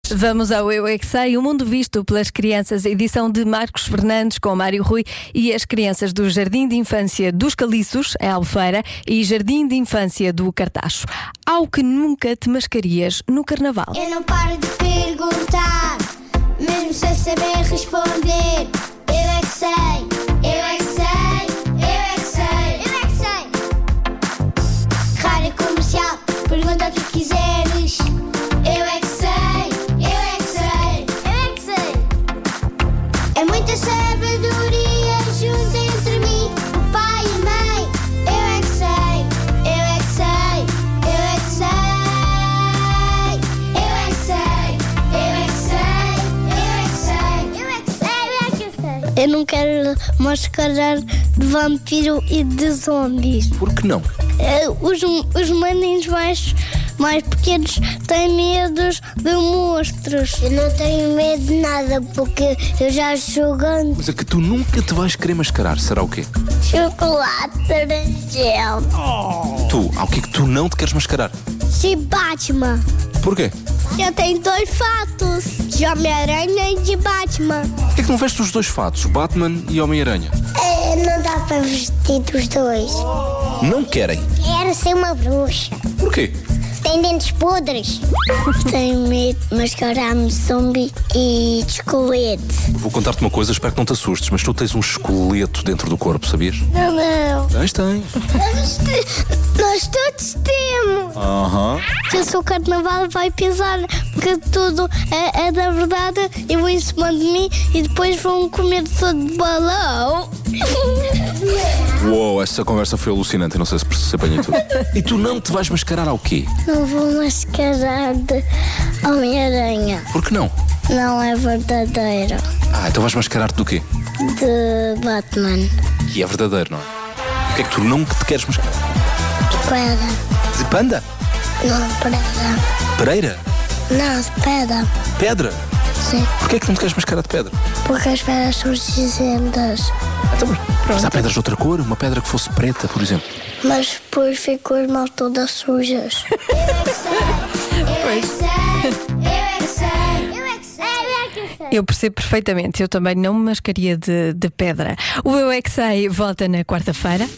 ouvintes. Vamos ao Eu é que Sei, o mundo visto pelas crianças, edição de Marcos Fernandes com Mário Rui e as crianças do Jardim de Infância dos Caliços, em Albufeira, e Jardim de Infância do Cartacho. Ao que nunca te mascarias no Carnaval. Eu não paro de perguntar, mesmo sem saber responder. Eu é que sei, eu é que sei, eu é que sei, eu é que sei. Rádio comercial, pergunta o que quiseres. Eu é que sei, eu é que sei, eu é que sei. É muita sabedoria junto entre mim, o pai e a mãe. Eu é que sei, eu é que sei, eu é que sei. Eu é que sei, eu é que sei, eu é que sei. Eu é que sei, eu é que sei. Eu não quero mascarar de vampiro e de zombies. Por que não? Eh, Os, os maninhos mais, mais pequenos têm medo de monstros. Eu não tenho medo de nada porque eu já jogando Mas a que tu nunca te vais querer mascarar será o quê? chocolate gel. Tu, ao que é que tu não te queres mascarar? Se Batman. Porquê? Eu tenho dois fatos, de Homem-Aranha e de Batman. Porquê é que não vestes os dois fatos, Batman e Homem-Aranha? Eh, não dá para vestir os dois. Não querem. Quero ser uma bruxa. Porquê? Tem dentes podres. Tenho medo de mascarar-me de zumbi e de esqueleto. Vou contar-te uma coisa, espero que não te assustes, mas tu tens um esqueleto dentro do corpo, sabias? Não, não. Tens, tens. Nós, todos temos. Aham. Eu sou o carnaval vai pesar porque tudo é, é da verdade e vão em cima de mim e depois vão comer todo de balão. Uou, essa conversa foi alucinante, não sei se perce- se apanhei tudo. e tu não te vais mascarar ao quê? Não vou mascarar de Homem-Aranha. Por que não? Não é verdadeiro. Ah, então vais mascarar-te do quê? De Batman. E é verdadeiro, não é? O que é que tu não te queres mascarar? De pedra. De panda? Não, de pedra. Pereira? Não, de pedra. Pedra? Sim. Porquê é que não te queres mascarar de pedra? Porque as pedras são cinzentas. Então, mas- mas há pedras de outra cor? Uma pedra que fosse preta, por exemplo. Mas depois ficam as mãos todas sujas. é Eu é que sei, eu é que sei, eu é que sei, eu é que sei. Eu percebo perfeitamente, eu também não me mascaria de, de pedra. O Eu é que Sei volta na quarta-feira.